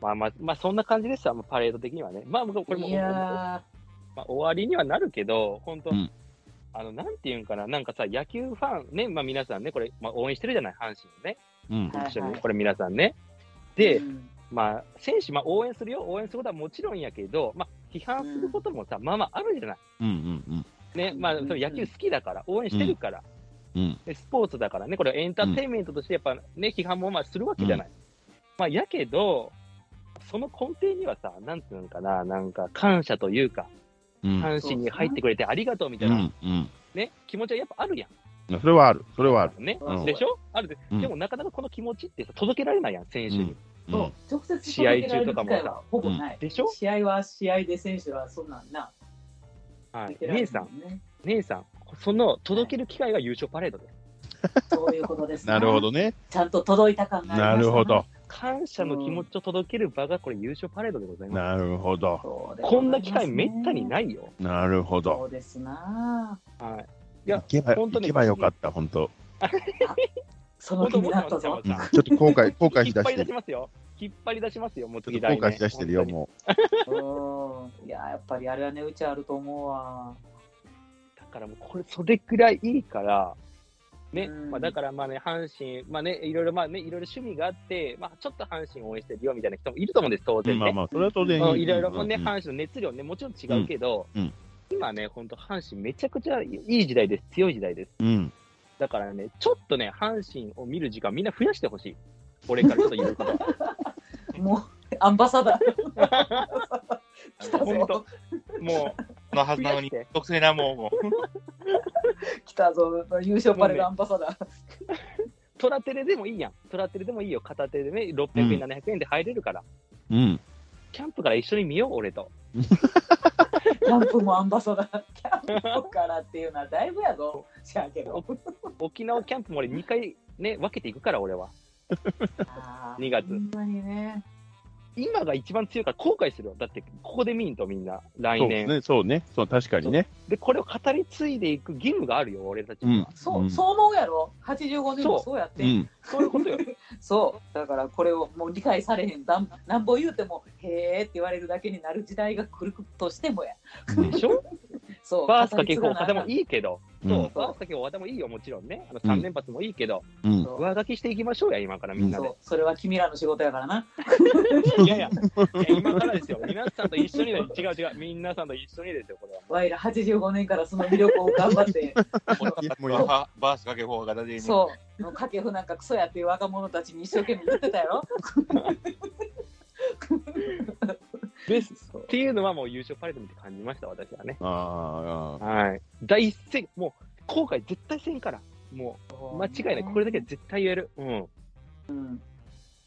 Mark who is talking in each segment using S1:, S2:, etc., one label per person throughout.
S1: まあまあ、まあ、そんな感じでした、まあパレード的にはね。まあ、これも、
S2: いや
S1: まあ、終わりにはなるけど、本当、
S3: うん
S1: あの、なんていうんかな、なんかさ、野球ファン、ね、まあ皆さんね、これ、まあ応援してるじゃない、阪神をね、
S3: うん
S2: はいはい
S1: 一緒にねこれ皆さんね。
S2: ー
S1: で、
S2: うん
S1: まあ、選手、まあ応援するよ、応援することはもちろんやけど、まあ、批判することもさ、まあまああるじゃない。
S3: うんうん
S1: ね、まあ、
S2: うん
S1: それ野球好きだから、応援してるから、
S3: うん
S1: でスポーツだからね、これエンターテインメントとして、やっぱね、批判もまあするわけじゃない。まあ、やけど、その根底にはさ、なんていうのかな、なんか感謝というか、
S3: うん
S1: 阪神に入ってくれてありがとうみた
S3: う
S1: いな、
S3: んうん
S1: ね、気持ちはやっぱあるやん。
S3: うんそれはあるそれはある
S1: ね
S3: うん
S1: でしょあるで、
S3: うん
S1: でもなかなかこの気持ちってさ届けられないやん、選手に。
S3: うん
S2: そう直接
S1: 試合中とかもさ
S2: 届けられる機会はほぼない。
S1: でしょ
S2: 試合は試合で選手はそんなんな。
S1: はい
S2: 見、てられ
S1: 姉
S2: る
S1: さ
S2: も
S1: ん、
S2: ね。
S1: 姉さん、その届ける機会が優勝パレードです。
S2: そういうことですね。
S3: なるほどね
S2: ちゃんと届いた感がありま
S3: な
S2: したね
S3: るほど。
S1: 感謝の気持ちを届ける場がこれ優勝パレードでございます。
S3: なるほど
S2: そうでござ
S1: こ
S2: いますね
S1: んな機会めったにないよ。
S3: なるほど
S2: そうですな。
S1: はい。いや
S3: 行けば
S1: 本当
S3: 行
S1: に
S3: けばよかった本当
S2: その気になったぞ
S1: 本。
S3: うんちょっと後悔後悔し
S1: 引
S3: だ
S1: っ張り出
S3: してる
S1: しますよ。引っ張り出しますよ、もう
S3: ちょ
S1: 次
S3: っと後
S1: 来年
S3: 悔しだしてるよも
S2: うんいや、やっぱりあれは値打ちあると思うわ。
S1: だからもうこれ、それくらいいいから、ね、
S2: うん
S1: まあだからまあね、阪神、まあね、いろいろまあね、いろいろ趣味があって、まあちょっと阪神を応援してるよみたいな人もいると思うんです、当
S3: う、う
S1: 然
S3: ん、
S1: ね。
S3: まあまあそれは当然
S1: うんいろいろもね、
S3: うん
S1: 阪神の熱量ね、もちろん違うけど、
S3: うんうん
S1: 今ね、本当阪神めちゃくちゃいい時代です、強い時代です。
S3: うん
S1: だからね、ちょっとね、阪神を見る時間みんな増やしてほしい。俺からちょっと言うこと。
S2: もう、アンバサダー。来た
S1: 本当
S2: ぞ。
S1: も
S4: のはずなのに
S1: 増やして、
S4: 独性なもんもう。
S2: 来たぞ。優勝パレードアンバサダー。
S1: う、トラテレでもいいやん。トラテレでもいいよ。片手でね、600円、700円で入れるから。
S3: うん
S1: キャンプから一緒に見よう、俺 と。
S2: キャンプもアンバサダー。キャンプからっていうのはだいぶやぞ。しゃあけど。
S1: 沖縄キャンプも俺2回ね、分けていくから、俺は。
S2: あー
S1: 2月
S2: ほんまにね。
S1: 今が一番強いから後悔するよ。だって、ここで見んとみんな、来
S3: そうで
S1: 年。
S3: すねそうねそう確かにね
S1: で、これを語り継いでいく義務があるよ、俺たちには。
S2: そう、
S3: ん
S2: そう思うやろ。85年も
S1: そ
S2: そうやって
S3: う。ん
S1: そういう ことよ。
S2: そうだからこれをもう理解されへんなんなんぼ言うても「へえ」って言われるだけになる時代が来るとしてもや
S3: うん
S1: でしょ
S2: そう
S1: バースかけ方
S2: 語り継がなあ
S1: で
S2: かん
S1: もいいけど、
S3: うん
S1: そう、バースかけ方でもいいよ、もちろんね。あの3連発もいいけど、
S3: うん
S2: そう
S1: 上書きしていきましょうや、今からみんな
S2: そ
S1: で
S2: う。それは君らの仕事やからない
S1: やいや、いや今からですよ。皆さんと一緒にだよ、違う違う、皆さんと一緒にですよ、これは。
S2: わいら85年からその魅力を頑張って
S3: もうや
S4: バースかけ方がだで
S2: そうもう掛布なんかクソやっていう若者たちに一生懸命言ってたやろ
S1: です。
S2: そう
S1: っていうのはもう優勝パレード見て感じました、私はね。
S3: あーあ
S1: はい。第一戦、もう、後悔絶対せんから。もう、間違いない。これだけは
S2: 本
S1: 絶対言える。うん。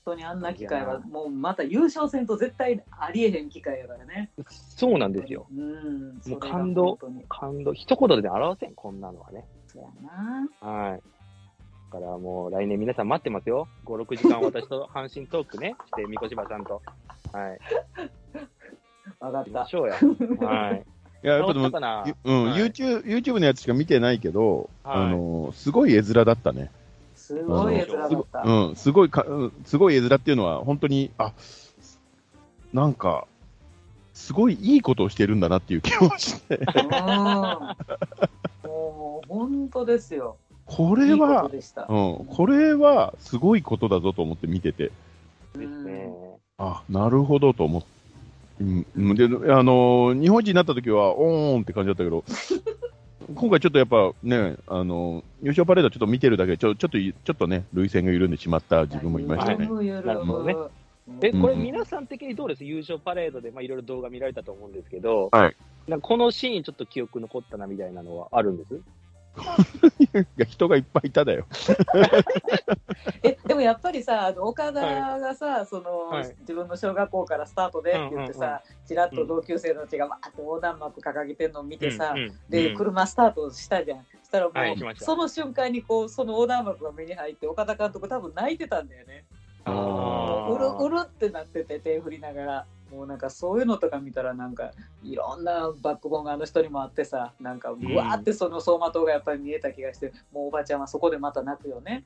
S2: 当にあんな機会はもうまた優勝戦と絶対ありえへん機会やからね
S1: そうなんですよ。
S2: うんそれが
S1: 感動
S2: 本当に
S1: 感動。一言で表せん、こんなのはね。
S2: そうやな
S1: はい。だからもう来年皆さん待ってますよ。5、6時間私と阪神トークね、して、みこしばさんと。はい。
S2: 分か
S1: 行
S2: っ
S1: き
S2: た
S1: ましょうや。はい。
S3: ーいややっぱで
S1: 治っ
S3: も
S1: たかな
S3: ゆうん、
S1: はい
S3: YouTube, YouTube のやつしか見てないけど、
S1: はい
S3: あのすごい絵面だったね。
S2: すごい絵面だ
S3: すご
S2: った。
S3: うん、すごいか、うんすごい絵面っていうのは、本当に、あなんか、すごいいいことをしてるんだなっていう気もして、
S2: うんもう本当ですよ。
S3: こ
S2: こ
S3: れ
S2: いいこ
S3: は
S2: と、でした。
S3: うん、これはすごいことだぞと思って見てて、
S1: ですね。
S3: あなるほどと思って。うんうん、であの日本人になった時は、おーんって感じだったけど、 今回ちょっとやっぱね、あの優勝パレードちょっと見てるだけでちょ、ちょっとい、ちょっとね、類線が緩んでしまった自分もいましたね。
S1: なるほどね
S2: うん
S1: え、これ
S3: うん
S1: 皆さん的にどうです優勝パレードで、まあ、いろいろ動画見られたと思うんですけど、
S3: はい
S1: なんかこのシーンちょっと記憶残ったなみたいなのはあるんです
S3: いや人がいっぱいいただよ。
S2: えでもやっぱりさあの岡田がさ、その
S1: はい
S2: 自分の小学校からスタートでって言って
S1: うんうんう
S2: さ、ちらっと同級生のうちがわーって横断幕掲げてるのを見てさ、
S1: うんうん
S2: で車スタートしたじゃん。したらもう、
S1: はいしました
S2: その瞬間にこうその横断幕が目に入って岡田監督多分泣いてたんだよね。
S1: あ
S2: うる
S1: ー
S2: うるってなってて手振りながらもうなんかそういうのとか見たらなんかいろんなバックボーンがあの人にもあってさなんか
S1: ん
S2: うわーってその走馬灯がやっぱり見えた気がしてもうおばちゃんはそこでまた泣くよね。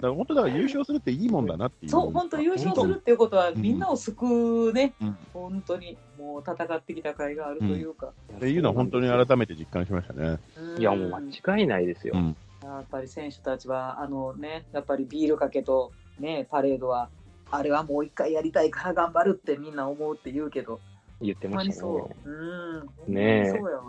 S3: から本当だから優勝するっていいもんだなっていう。
S2: そう、本当優勝するっていうことは、みんなを救うね、
S3: うん
S2: 本当に、もう戦ってきた甲斐があるというか、
S3: っていうのは本当に改めて実感しましたね。
S2: うん
S1: いや、もう間違いないですよ。
S3: うん
S2: やっぱり選手たちは、あのね、やっぱりビールかけと、ね、パレードは、あれはもう一回やりたいから頑張るってみんな思うって言うけど、
S1: 言って
S2: ほんま
S1: ま
S2: に
S1: したね
S2: そ。う。うん、
S1: ねえ
S2: ほんまにそうやわ。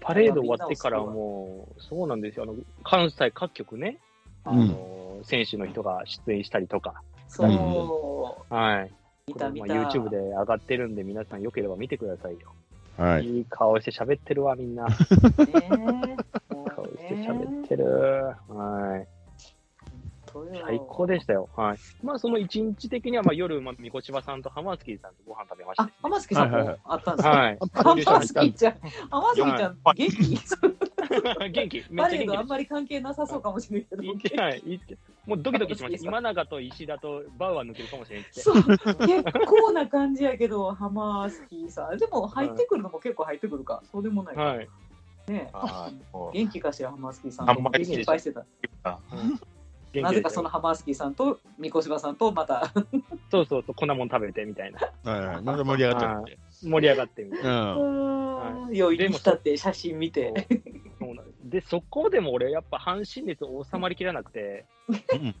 S1: パレード終わってからもう、そうなんですよ。あの、関西各局ね、あの、選手の人が出演したりとか、
S2: そう、
S1: はい。
S2: 見た見
S1: こ
S2: た。
S1: れまあ YouTube で上がってるんで、皆さんよければ見てくださいよ。
S3: はい。
S1: いい顔して喋ってるわ、みんな。
S2: ねえも
S1: 顔
S2: う
S1: して
S2: ね
S1: 喋ってる。はい。
S2: 本当よ
S1: 最高でしたよ。はい。まあ、その一日的には、まあ、夜、まあ、みこしばさんと浜月さんとご飯食べました
S2: あ
S1: ね、。
S2: 浜月さん
S3: はいはい
S2: も
S3: はい
S2: あったんですか、
S1: はい。
S2: 浜月ちゃん、浜月ちゃん、
S4: はい
S2: 元気、
S1: 元気。め
S2: パ
S1: っちゃ
S2: レードあ
S1: 元
S2: んまり関係なさそうかもしれないけど、
S1: 気です。はい。いってもうドキドキしま した。今永と石田とバウアー抜けるかもしれんって。
S2: そう、結構な感じやけど、浜月さん、でも入ってくるのも結構入ってくるか、そうでもないか。
S1: はい。
S2: ね
S4: はいもう
S2: 元気かしら、浜月さん。
S4: あんまり
S2: 心配してた。
S1: 元気でした
S2: なぜかその浜月さんと、三越場さんと、また、
S1: そうそうそう、粉もん食べてみたいな。
S3: はいはい。また盛り上がっちゃって。
S1: 盛り上がってみたいな。
S3: うん。
S2: 酔いに浸って、写真見て。
S1: そうそうなんですで、そこでも俺、やっぱ阪神熱収まりきらなくて
S3: うん、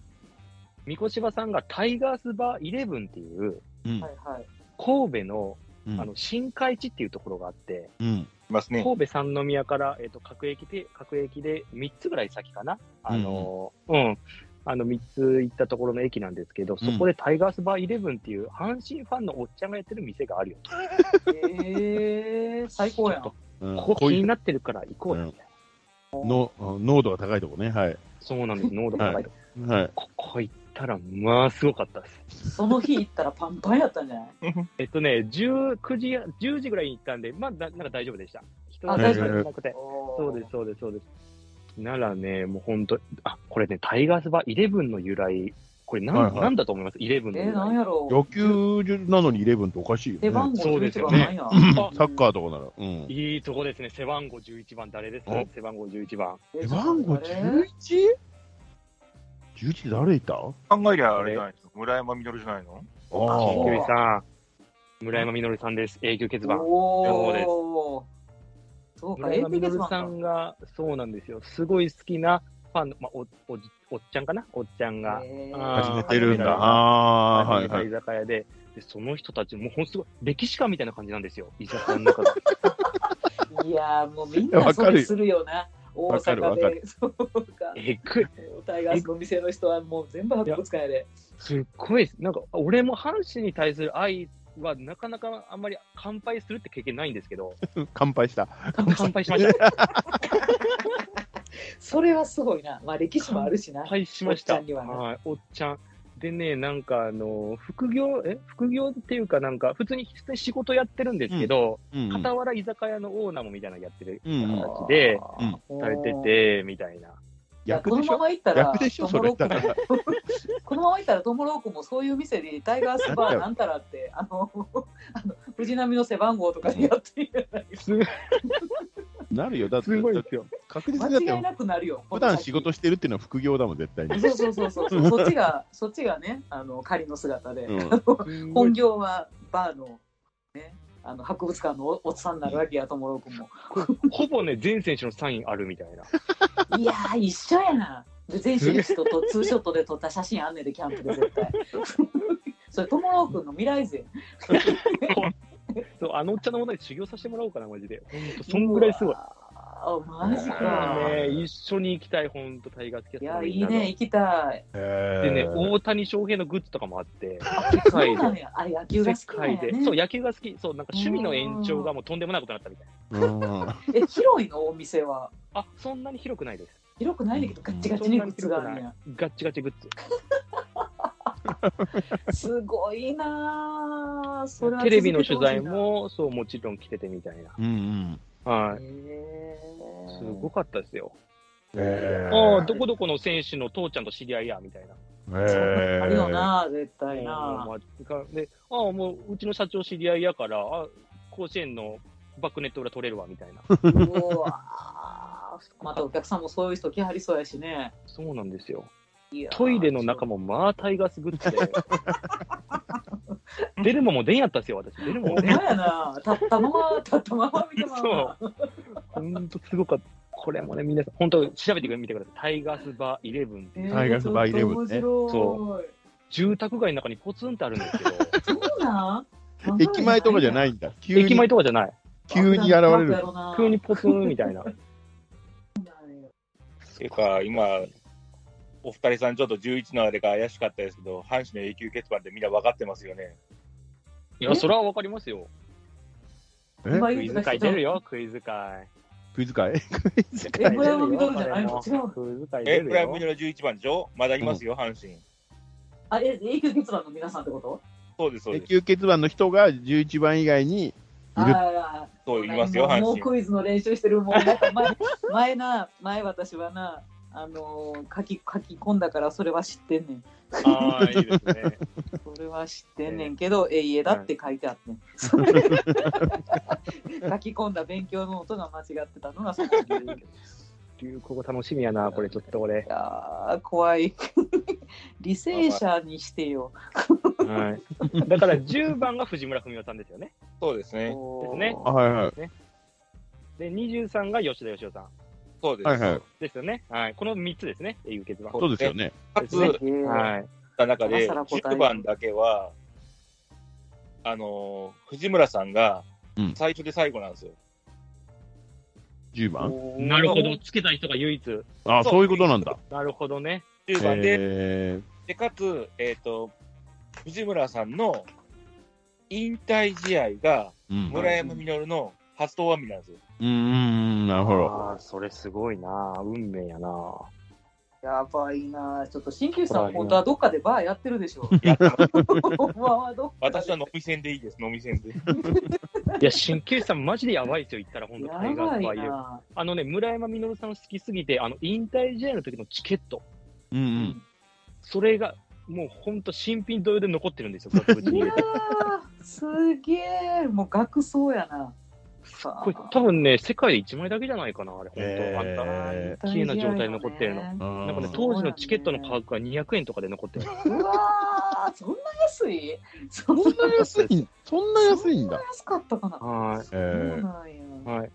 S1: みこしばさんがタイガースバーイレブンっていう、
S3: うん
S2: はいはい。
S1: 神戸の
S3: うん
S1: あの新海地っていうところがあって、
S3: うん。
S4: いますね。
S1: 神戸三宮から、えっと各駅で各駅で3つぐらい先かな、あのうん、あの3つ行ったところの駅なんですけど、そこでタイガースバーイレブンっていう阪神ファンのおっちゃんがやってる店があるよ、
S2: えー、最高やん。
S3: うん
S1: ここ
S3: こう
S1: 気
S3: い
S1: に
S3: う
S1: なってるから行こうよみたいな、
S3: の濃度が高いとこね。はい。
S1: そうなんです、濃度が高いと、
S3: はい。
S1: ここ行ったら、まあすごかったです。
S2: その日行ったらパンパンやったんじゃない
S1: えっとね、19時、10時ぐらいに行ったんで、まあ、ななんか大丈夫でした。人は
S2: あ
S1: 大
S2: 大
S1: 丈
S2: 丈夫
S1: 夫なくて。 そうです、。そうです、そうです。ならね、もう本当、あ、これね、タイガースバーイレブンの由来、これなん、
S3: はいはい
S1: なんだと思いますイレブンの
S2: え
S1: 由
S2: ー、なん
S1: 来。
S2: やろう。
S3: 野球なのにイレブンっておかしいよ
S2: 出
S3: ね。
S2: 番号
S1: そうです
S2: 11
S1: よ
S2: 番
S1: ね
S2: なんや。
S3: サッカーとかなら。うん。
S1: いいとこですね、背番号11番、誰ですか
S3: お
S1: 背番号11番。
S2: え
S3: 出番号
S2: あれ
S3: 11?11 誰いたあ
S4: 考えりゃあれじゃないですか。村山みのるじゃないの
S3: あ
S1: 研
S2: そう
S1: 究さん、村山みのるさんです、永久欠番。
S2: おお。そうか、
S1: 村山みの
S2: APB
S1: る
S2: さ
S1: さ
S2: ん
S1: んが、そうなんですよ、すごい好きなファンの、まあ、おおじおっちゃんかな、おっちゃんが。あー
S3: 始めてるんだ。
S1: あー
S3: ああー、は
S1: はいい
S3: は
S1: はいい、居。酒屋でで、その人たち、もうほんとすごい、歴史家みたいな感じなんですよ、居酒屋の中 が。
S2: いやー、もうみん
S3: いや
S2: な
S3: わ
S2: そ
S3: かる
S2: れ
S3: よ
S2: するよな。大
S3: わかるわ
S2: 阪
S3: か
S2: で、そうか。
S1: えぐい、
S2: タイガースの店の人はもう全部博物館やで。
S1: すっごいです、なんか、俺も阪神に対する愛は、なかなかあんまり乾杯するって経験ないんですけ ど、
S3: 乾杯した。
S1: 乾杯しました、
S2: それはすごいな。まあ歴史もあるしな
S1: 乾。杯しました、
S2: おっちゃんにはね
S1: はい、おっちゃん。でね、なんか、あの、副業、え副業っていうか、なんか、普通に、普通に仕事やってるんですけど、
S3: うんうん
S1: 傍ら居酒屋のオーナーもみたいなのやってる
S3: うんうん
S1: 形で、
S3: うん
S1: されてて、みたいな。
S2: いや。
S3: 逆でし
S2: このま
S3: ょ
S2: ま行ったら、
S3: 逆でしょそ
S2: トモ
S3: れ
S2: ロ
S3: だか
S2: ック
S3: ら。
S2: このまま行ったらトモロークもそういう店でタイガースバーなんたらって、あの、 あの藤波の背番号とかでやって るやない
S3: なるよ。だって、
S1: すごいですよ。
S3: 確実に
S2: 間
S3: だ
S2: 違い
S3: って、
S2: なくなるよ。
S3: 普段仕事
S2: し
S3: してるっていうのは副業だもん、絶対に。
S2: そうそうそうそうそう。そっちが、そっちがね、あの仮の姿で、
S3: うん
S2: 本業はバーの、ね、あの博物館のおおっさんになるわけや、ともろくんも。
S1: ほぼね、全選手のサインあるみたいな。
S2: いやー、一緒やな。で全選手ととツーショットで撮った写真あんねんで、キャンプで絶対。 それ、ともろくんの未来図や
S1: そうあのおっちゃんのもとで修行させてもらおうかな、マジで。ほんと、そんぐらいすごい。
S2: あ、マジか。
S1: ね、一緒に行きたい、ほんと、タイガースキャ
S2: い
S1: スト
S2: や、
S1: の
S2: い
S1: み
S2: い
S1: んなの
S2: ね、行きたい。
S1: でね、
S3: えー
S1: 大谷翔平のグッズとかもあって、世
S2: そう
S1: 界
S2: なの
S1: で。
S2: よ。あ、野球
S1: 世
S2: が好きなん
S1: 界
S2: や
S1: で、
S2: ね
S1: そう、。野球が好き。そう、なんか趣味の延長がもうとんでもないことになったみたいな。
S3: うん
S2: え、広いのお店は。
S1: あ、そんなに広くないです。
S2: 広くないねんだけど、ガッチガチにグッズがあるんや。
S1: ガッチガチグッズ。
S2: すごいなあそれは
S1: テ
S2: 続
S1: レ
S2: け
S1: ビ
S2: て
S1: の
S2: ほしい
S1: 取
S2: な
S1: 材。も、そう、もちろん来ててみたいな。
S3: うん
S1: は
S2: へ
S1: い。
S2: え
S1: すごかったですよ。
S3: うん。え
S1: ああ、
S3: ー
S1: どこどこの選手の父ちゃんと知り合いや、みたいな。
S2: そんな
S3: え
S2: の
S3: ー
S2: あるよな、絶対
S1: あ
S2: な。
S1: で、ああ、もううちの社長知り合いやから、あ甲子園のバックネット裏取れるわみたいな。
S2: うわあまたお客さんもそういう人来はりそうやしね。
S1: そうなんですよ。トイレの中もまあタイガースグッズで。 出るもんも出んやったっすよ、私。出るもんも
S2: ほん
S1: 出ん。
S2: まやな。立ったまま、立ったまま見てまうな。
S1: ほんとすごかった。これもね、皆さん、本当調べてみてください。タイガースバー11っていう、
S2: え
S3: タイガースバーイレブンね
S2: ちょっと面白い
S1: 住宅街の中にポツンってあるん ですけど、
S2: そうなん。
S3: 駅前とかじゃないいんだ。急に
S1: 駅前とかじゃない。
S3: 急に現れる。
S1: 急に。ポツンみた いな。
S5: ていうか、今、お二人さん、ちょっと11のあれが怪しかったですけど、阪神の永久欠番でみんな分かってますよね。
S1: いや、それはわかりますよ。
S3: え
S2: 今
S1: クイズ
S2: 言ってた
S1: 会
S2: 人
S1: 出る。よ、クイズ会。
S3: クイズ会
S2: え、 村山みどるじゃないの違うの
S1: クイズ会出
S5: え、プ
S1: る
S5: ライムミ
S1: よ。
S5: ドル11番でしょまだいますよ、阪神。
S2: あ、え、永久欠番の皆さんってこと
S5: そうです、そう
S3: 永
S5: です。
S3: 久欠番の人が11番以外にいる。
S2: あー
S5: そう言いますよ、阪
S2: もう
S5: 神。
S2: クイズの練習してる。もうなんか前、 前な、前私はな、あのー書き、書き込んだからそれは知ってんねん。
S5: ああ、いいですね。
S2: それは知ってんねんけど、えいえだって書いてあってん。それ 書き込んだ勉強の音が間違ってたのがそこにいるけど。
S1: 流行語楽しみやな、これちょっと俺
S2: い。やー怖い。 履正社にしてよ。
S1: はい。 だから10番が藤村文雄さんですよね。
S5: そうですね。
S1: す
S2: お
S1: ね
S3: あはいはい。
S1: で、23が吉田義雄さん。
S5: そうです。
S3: はいはい。
S1: ですよね。はい。この3つですね。英雄決断。
S3: そうですよね。
S5: かつ、
S1: です
S2: ー
S1: はい。
S5: った中で、
S2: 今更答えない
S5: 10番だけは、あのー藤村さんが
S3: うん
S5: 最初で最後なんですよ。
S3: 10番。
S1: なるほど。つけた人が唯一。
S3: あそういうことなんだ。
S1: なるほどね。
S5: 10番で、
S3: え
S5: でかつ、えっ、と、藤村さんの引退試合が
S3: ーうん。
S5: 村山実の初登板日なんですよ。
S3: うんうんうん、なるほど。
S1: ああ、それすごいな。運命やな。
S2: やばいな。ちょっと鍼灸師さん、本当はどっかでバーやってるでしょ。
S5: やってます
S2: ほんまはどっかで
S5: 私は飲み戦でいいです、飲み戦 で。
S1: いや、神経質さん、マジでやばいですよ。言ったら、本当タイ
S2: や
S1: ガー
S2: ば
S1: スはいいる。
S2: な。
S1: あのね、村山実さん好きすぎて、あの、引退試合の時のチケット。
S3: うんうん。
S1: それが、もう本当新品同様で残ってるんですよ。額縁に
S2: い
S1: 入
S2: や
S1: れ て
S2: ー、すげえ、もう学装やな。
S1: これ多分ね、世界で1枚だけじゃないかな、あれ、本当、
S3: え
S1: あんな綺麗な状態で残ってるの。
S2: の。
S1: な
S3: な
S1: んかね、
S2: うん
S1: 当時のチケットの価格が200円とかで残ってる。
S2: うわー、そんな安いそんな
S3: そんな安いん、そんな安いんだ。
S2: 安かったかな。
S1: は
S2: そうなんや。
S1: い。はい。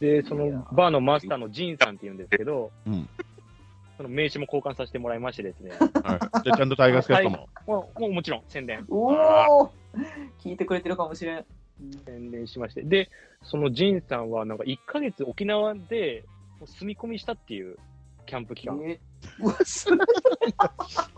S1: で、そのバーのマスターのジンさんって言うんですけど、
S3: うん
S1: その名刺も交換させてもらいましてです ね。
S3: はい。じゃあちゃんとタイガースキャットも。
S1: もうもうもちろん宣伝。
S2: おお聞いてくれてるかもしれん。
S1: 宣伝しまして。で、そのジンさんはなんか1ヶ月沖縄でもう住み込みしたっていうキャンプ期間。
S2: えうわす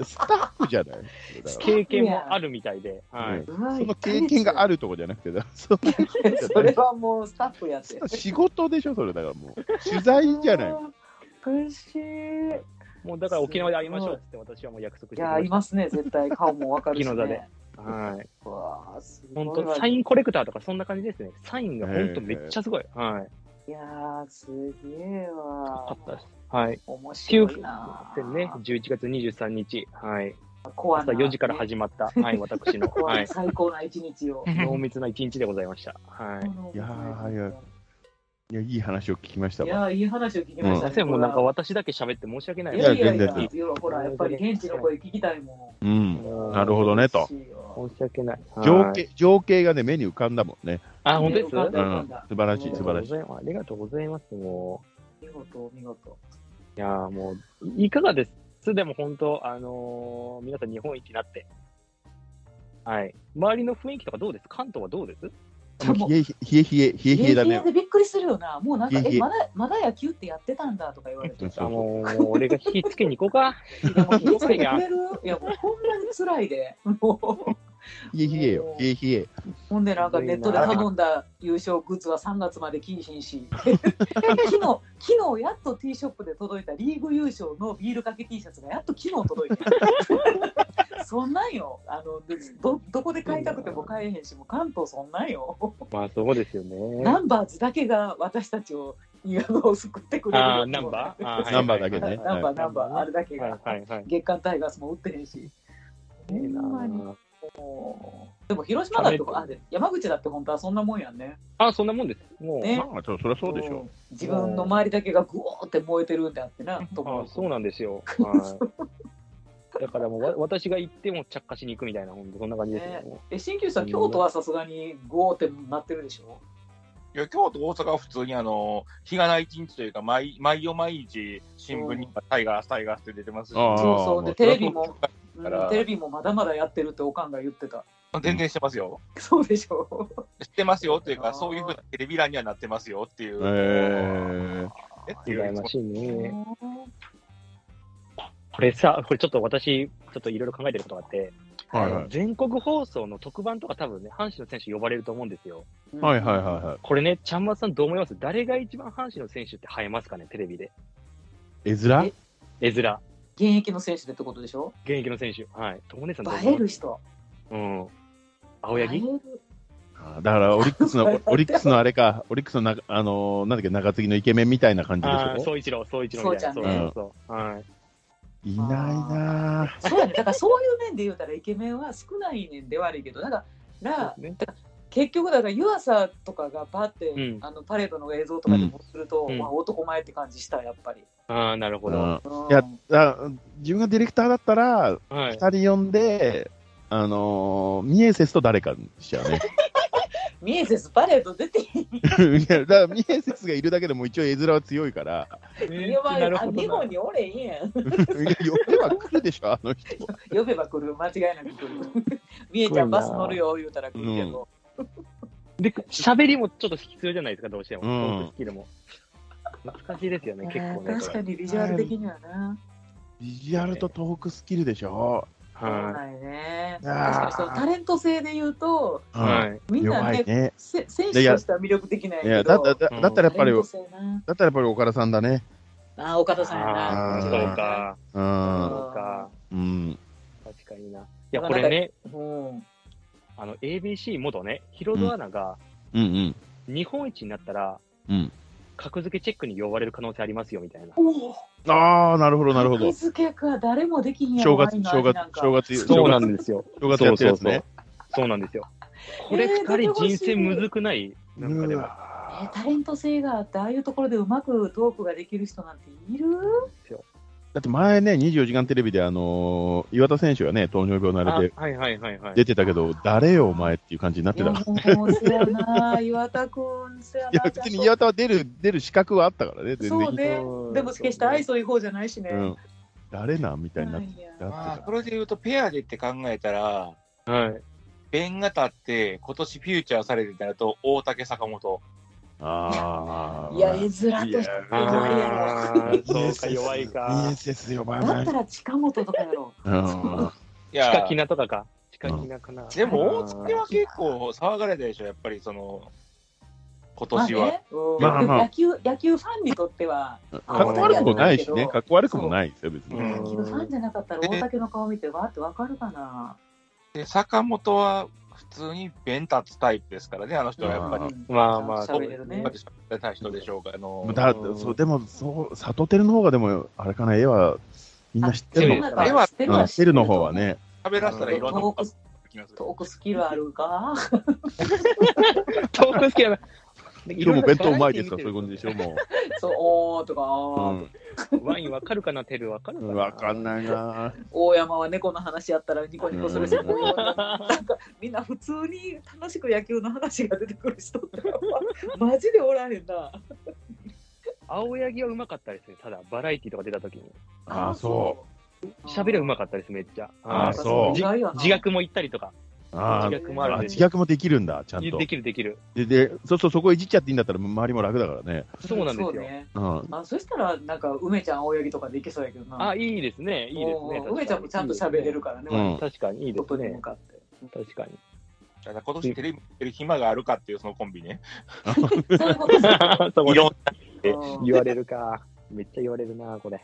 S3: スタッフじゃないだから
S1: 経験もあるみたいで。は
S3: う
S1: い
S3: ん。その経験があ
S2: る。
S3: るとこじゃなくて、だからそ
S2: それはもうスタッフやって。
S3: の仕事でしょ、それだからもう。取材じゃない。
S2: 苦しい。
S1: もうだから沖縄で会いましょうっつって私はもう約束して
S2: い
S1: き
S2: や
S1: ま
S2: ー、い
S1: した。
S2: ますね、絶対。顔もわかるし、ね。
S1: 木の座ではい。
S2: うわーすごい
S1: 本
S2: わ
S1: 当サインコレクターとかそんな感じですね。サインが本当めっちゃすごい。はい。
S2: いやー、すげえ
S1: よか
S2: わ
S1: った
S2: ー
S1: です。はい。
S2: 面白いな
S1: でね、11月23日、はい。
S2: コア
S1: 朝
S2: な、
S1: 4時から始まった、はい、私 の、
S2: コアな
S1: はい。
S2: 最高な一日を。
S1: 濃密な一日でございました。はい。
S3: いやーいやいや、いい話を聞きました
S2: い
S3: わ。
S2: やー、いい話を聞きました
S1: 先
S2: ね。
S1: 生もうなんか私だけ喋って申し訳ない
S2: い
S1: わ
S2: やいやい
S3: いや全然
S2: や、いやほら、やっぱり現地の声聞きたいも
S3: うんん。
S1: もう
S3: なるほどね、と
S2: ん。。嬉しいよ
S1: 申し訳ない。
S3: 情
S1: はい
S3: 景、情景がね、目に浮かんだもんね。
S1: あ、本当です
S2: ね浮かん
S3: う
S2: だ
S1: あ
S3: ん。素晴らしい、素晴らしい。
S1: りがとうございます。ありがとうございます。も
S2: 見事、見事。
S1: う、いやーもう、いかがですでも本当、あのー皆さん日本一になって。はい。周りの雰囲気とかどうです関東はどうです
S3: もう冷え冷え冷え冷え冷えだね
S2: で。びっくりするよな。もうなんか、
S3: 冷え冷
S2: え、
S3: え
S2: まだ、まだ野球ってやってたんだとか言われて。
S3: うん
S2: い
S1: あ
S3: そうそう
S1: もう、もう 俺が火つけに行こうか。
S2: や もう気をつけてくれるいや、もうほんまに辛いで。もう
S3: 冷え冷えよ。冷え冷え。
S2: ほんでなんかネットで頼んだ優勝グッズは3月まで禁止にし 昨日昨日やっと T ショップで届いたリーグ優勝のビールかけ T シャツがやっと昨日届いた そんなんよあのでどどこで買いたくても買えへんしもう関東そんなんよ
S1: まあそうですよ ね。
S2: ナンバーズだけが私たちをいやあの救ってくれる
S1: あーナンバーあーはい
S3: ナンバーだけね。
S2: ナンバーナンバーあれだけが、
S1: はいはいはい。
S2: 月刊タイガースも売ってへんしほんまにもうでも広島だとあで山口だって本当はそんなもんやんね
S1: あ、そんなもんです。もう、
S2: ね
S3: まあ、そそりゃそうでしょ。
S2: 自分の周りだけがぐおーって燃えてるんだってな、と
S1: あ
S2: 思う。
S1: そうなんですよ。はいだからもうわ、私が行っても着火しに行くみたいな、本当そんな感じですね。も
S2: え、新旧さん、京都はさすがにゴーってなってるでしょ
S5: いや京都、大阪は普通にあの日がない一日というか、毎毎夜毎日、新聞にはタイガース、タイガースって出てますし、
S3: あー
S2: そうそう。
S3: ま
S2: で、
S3: あ
S2: テレビも、
S5: うだ
S2: うんテレビもまだまだやってるっておかんが言ってた。
S5: 全然してますよ、
S2: そうでしょ
S5: してますよという
S2: あ
S5: か、
S2: ー
S5: そういうふうなテレビ欄にはなってますよっていう、
S3: えー
S5: えって
S1: う。
S5: いう
S1: 羨ましいね。
S2: う
S1: これさ、これちょっと私、ちょっといろいろ考えてることがあって、
S3: はいはい
S1: 全国放送の特番とか多分ね、阪神の選手呼ばれると思うんですよ。
S2: ん
S3: はいはいはいは
S1: これね、ちゃんまつさんどう思います誰が一番阪神の選手って映えますかね、テレビで。
S3: い。絵面
S2: え
S1: 絵面、
S2: 現役の選手でってことでしょ
S1: 現役の選手。はい。友根さんどう
S2: 映
S1: 思
S2: え
S1: う
S2: る人。
S1: うん。青柳
S2: 映える
S3: あーだからオリックスの、オリックスのあれか、オリックスのな、あのーなんだっけ、中継ぎのイケメンみたいな感じで
S1: ああ、
S3: しょ
S1: 総一郎、総一郎みたいな。
S2: そう
S3: ちゃんね
S1: そうそうそう。はい。
S3: いないな
S2: そうやね。だからそういう面で言うたらイケメンは少ないねんで悪いけど、だから、
S1: ね
S2: 結局だから湯浅とかがパって、
S1: うん
S2: あのパレードの映像とかでもすると、
S1: うん
S2: まあ、男前って感じしたやっぱり、
S1: ああ、なるほ
S3: ぁ。う
S1: ど。
S3: ん
S2: うん
S3: いやだ自分がディレクターだったら、
S1: はい。
S3: 二人呼んで、あのー、ミエセスと誰かにしちゃう ね。
S2: ミエセスパレード出ていい
S3: いやだからミエセスがいるだけでも一応絵面は強いから、
S2: 言えば
S1: なる
S2: あ
S1: ほ
S2: 日
S1: ど
S2: 本
S1: な。
S2: におれへんやん
S3: いや呼べば来るでしょ、あの人。
S2: 呼べば来る間違いなく来るミエちゃんバス乗るよ言うたら来るけど、
S1: で、喋りもちょっと必要じゃないですか、どうしても。
S3: うん
S1: トークスキルも。難しいですよね、結構ね。
S2: 確か
S1: に。
S2: にビジュアル的にはな、
S3: ビジュアルとトークスキルでしょ。
S2: そう
S1: は
S2: ないね
S3: いやー
S2: 確かにそのタレント性で言うと
S1: い。はい。
S2: みんな
S3: 弱
S2: ね
S3: いね。
S2: せ選手としては魅力的なんや
S3: い
S2: けど
S3: や、だだだだったらやっ
S2: タ
S3: ぱり、
S2: レン
S3: だ
S2: ト性な
S3: ったらやっぱり岡田さんだね。
S2: あー岡田さんや
S1: あ
S2: な
S1: あ、
S3: ー
S1: そうか。
S3: う
S1: そ
S3: ん。
S1: うか。
S3: うん。
S1: 確かにな。いや、これね、
S2: うん
S1: あの、ABC 元ね、ヒロドアナが
S3: うんうん。
S1: 日本一になったら、
S3: うん
S1: 格付けチェックに呼ばれる可能性ありますよ、みたいな。
S2: おお
S3: ああ、なるほど、なるほど
S2: 格。付けは誰もできひんやろ
S3: 正月、
S2: ワインの
S3: 正
S2: 味
S3: 月
S2: なん、か
S3: 正月、
S1: そうな
S3: 正
S1: んですよ。
S3: 月やってるやつね。
S1: そうなんですよ。これ
S2: えー
S1: 二人人生むずくないなんかでも。
S2: え
S3: うわ
S2: ータレント性があってああいうところでうまくトークができる人なんている
S3: だって前ね、24時間テレビで、あのー岩田選手がね、糖尿病にな
S1: あ
S3: れて
S1: はいはいはいはい。
S3: 出てたけど、誰よ、お前っていう感じになっ
S2: い
S3: て
S2: や
S3: た。
S2: もうせやな岩田君せやない
S3: や、別に岩田は出る、出る資格はあったからね、全
S2: そう
S3: 然。
S2: ね
S1: うん
S2: でも決して愛想いい方じゃないしね、
S3: うん。誰なんみたいになっ
S2: いや
S3: て
S5: まあ、
S3: た
S5: そ。れで言うと、ペアでって考えたら、
S1: はい。
S5: ベンが立って、今年フューチャーされてたらと、大竹、坂本。
S3: ああ。
S2: いや絵面として
S3: いや
S2: 弱いやろ
S1: あーそうか、弱いか。
S3: ESS 呼ば
S2: だ
S3: な
S2: っ
S3: い
S2: た。ら近本とかやろ
S3: うん
S5: い
S1: ヒカ
S5: や
S1: キ、ナとかか。ヒカキナかな。
S5: でも大竹は結構騒がれたでしょ、やっぱりその、今
S2: まあ
S5: 年は。
S2: ねうん
S3: まあまあ
S2: 野球野球ファンにとっては
S3: かっこ悪くもないしね、かっこ悪く
S2: も
S3: も
S2: な
S3: ないですよ、別に。
S5: う
S2: 野球ファンじゃなかったら大竹の顔見てわーってわかるかな
S5: で、坂本は普通にベン立つタイプですからね、あの人はやっぱり。
S2: うん
S1: まあまあ
S2: ちゃんと喋れるね
S5: やっぱり喋ってた人でしょうから、あの
S3: だそうでも、そう、里照の方がでも、あれかな、絵は、みんな知ってるの
S1: あ
S3: か。
S5: 絵は
S2: 知ってる
S3: うん知ってるの方はね。
S5: 喋らせたらいろんなことが起きます
S2: トークスキルあるか
S1: そうですけど。
S3: 今日も弁当うまいですか、そういう感じでしょ、も
S2: そう、おーとか、
S3: う。う
S2: おー
S3: ん
S1: ワインわかるかな、テルわかるかな。
S3: わかんないな
S2: 大山は猫の話やったらニコニコするし、
S3: うん
S2: なんかみんな普通に楽しく野球の話が出てくる人って、マジでおらへんな。。
S1: 青柳はうまかったですね、ただ、バラエティとか出たときに。
S3: ああ、そう
S1: 喋りはうまかったです、めっちゃ。
S3: あ
S1: はい
S3: そう
S2: 意外やな
S1: 自虐も言ったりとか。
S3: う。あ
S1: 自虐もある
S3: あ、
S1: んで
S3: 自虐もできるんだ、ちゃんと
S1: で。きるできる。
S3: で、で、そうそう、そこいじっちゃっていいんだったら、周りも楽だからね。
S1: そうなんですよ。
S2: ね
S3: うん。
S2: あそしたら、なんか、梅ちゃん、青柳とかでいけそうやけどな。
S1: あ、いいですね、いいですね。
S2: うん梅ちゃんもちゃんと喋れる
S1: か
S2: からね、
S3: うん
S1: 確かに、いいです
S2: 外に
S1: ね
S2: 向。かって。
S1: 確かに。
S5: ただ今年テレビ見てる暇があるかっていうそのコンビね。
S2: そういうことですよ
S1: そこ
S5: いろんえ
S2: うん
S1: 言われるか。めっちゃ言われるな、これ。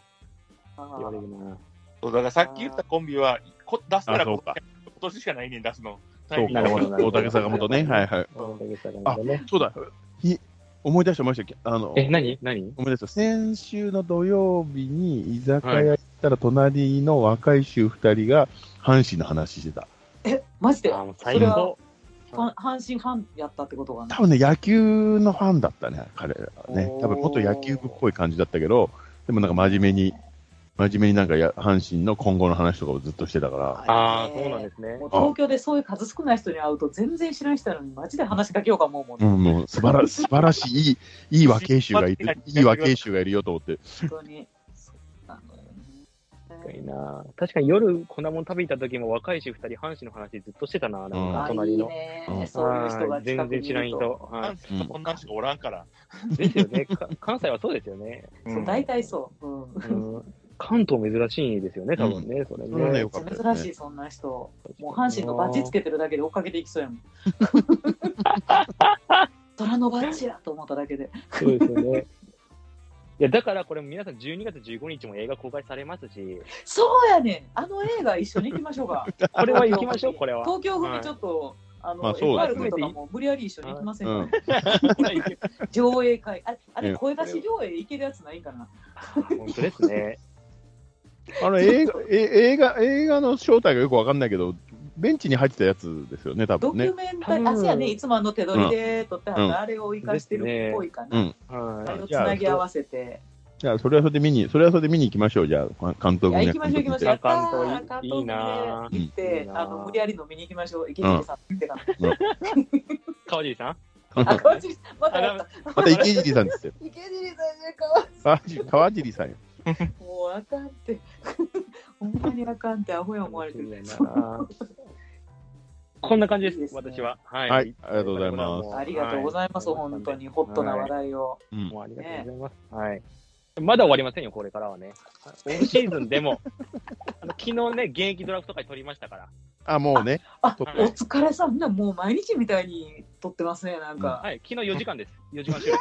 S1: 言われるな。
S5: な、だからさっき言ったコンビは、こ出した
S3: あ、
S5: ら
S3: そ
S5: 今
S3: うか。
S5: 年しかないねん、出すの。
S3: そう
S1: な
S3: か。
S1: るほどなるほど
S3: 大竹坂 本ね。はいはい。
S2: うん
S1: 大げさなんでね
S3: そうだ。ひ思い出した、思い出した。あの、
S1: え、何何
S3: ごめんなさい。先週の土曜日に居酒屋行ったら、隣の若い衆二人が阪神の話してた。
S2: え、マジで
S1: あ、もう最
S2: それは
S1: 高。
S2: ファン阪神ファンやったってことがな
S3: 多分ね、野球のファンだったね、彼らはね
S2: お。ー
S3: 多分、元野球部っぽい感じだったけど、でもなんか真面目に、真面目になんかや阪神の今後の話とかをずっとしてたから、
S1: ああ、そうなんですね
S2: も。う東京でそういう数少ない人に会うと全然知らん人なのにマジで話しかけようかもうもん、
S3: う
S2: ね
S3: ん、もう素晴ら素晴らしい、いい、いい和慶衆がいる、いい和慶衆がいるよと思って、
S2: 本当にそうなのよ
S1: 確か
S2: ね
S1: にな確かに夜、粉もん食べに行った時も若いし2人、阪神の話ずっとしてたな、なん
S3: うん
S1: か
S2: あい
S1: 隣
S2: い
S1: の。
S2: ねそういう
S1: は
S2: 人が
S1: い
S2: 近
S1: 全
S2: く
S1: 然
S2: にい
S1: 知らん
S2: る
S1: 人。
S2: と
S1: は
S3: うん
S5: そんな人おらんから。
S1: い、ですよね。か関西はそうですよね。
S2: そう大体そう、うん
S1: うん関東珍しいですよね、多分ね、それ
S3: それはね
S1: ね。
S3: よかったよね
S2: 珍しいそんな人もう阪神のバッジつけてるだけで追っかけていきそうや もん虎のバッジやと思っただけで
S1: そうですよね。いや、だからこれ皆さん12月15日も映画公開されますし、
S2: そうやねんあの映画一緒に行きましょうか
S1: これは行きまし ょう、これは。
S2: 東京組ちょっと、あの、
S3: まあ
S2: エ
S3: そう
S2: バ
S3: だ
S2: ル
S3: ね
S2: 君とかも無理やり一緒に行きません
S3: う
S2: か、
S3: ん、
S2: 上映会。あれ、あ
S3: う
S2: れ
S3: ん
S2: 声出し上映行けるやつないかな。
S1: 本当ですね。
S3: あの映画え映画映画の正体がよくわかんないけど、ベンチに入ってたやつですよね、多
S2: ド
S3: 分
S2: キュ
S3: ね。
S2: メンタリ
S1: 多分
S2: ー、あ、そうやね、いつもあの手取りで撮ってはっ
S3: うん
S2: たあれを生かしてるっぽいか
S3: うん
S2: な。あれ
S1: は
S2: をつなぎ合わせて。
S3: じゃあ、それはそれで見に、それはそれで見に行きましょう、じゃあ、監
S2: い
S3: 督
S2: や、
S3: に。
S2: 行きましょう行きましょ
S1: い
S2: う。や
S1: や
S2: ったー
S1: 関東いい
S2: 関東
S1: な
S2: で行っ
S1: いい
S2: て、
S1: なー
S2: あの、無理やり飲みに行きましょう。池尻さんってか。
S1: 川尻さん
S2: あ、川尻さん、またやった。
S3: また池尻さんですよ。
S2: 池尻さんじゃかわい
S3: 川尻川尻さんよ。
S2: いもうあかんって。ほんまにあかんって、アホや思われてる。
S1: こんな感じです、
S2: いいですね
S1: 私は。はい
S3: はい、ありがとうございます。
S2: ありがとうございます、
S1: はい
S2: 本当に。ホットな話題を。
S1: もうありがとうございます。はい。まだ終わりませんよ、これからはね。オフシーズンでも、あの昨日ね、現役ドラフト会取りましたから、
S3: あ、もうね、
S2: あ、
S3: と
S2: お
S1: か
S2: 疲れさんな、もう毎日みたいに撮ってますね、なんか。
S1: はい、昨日4時間です。4時間終了。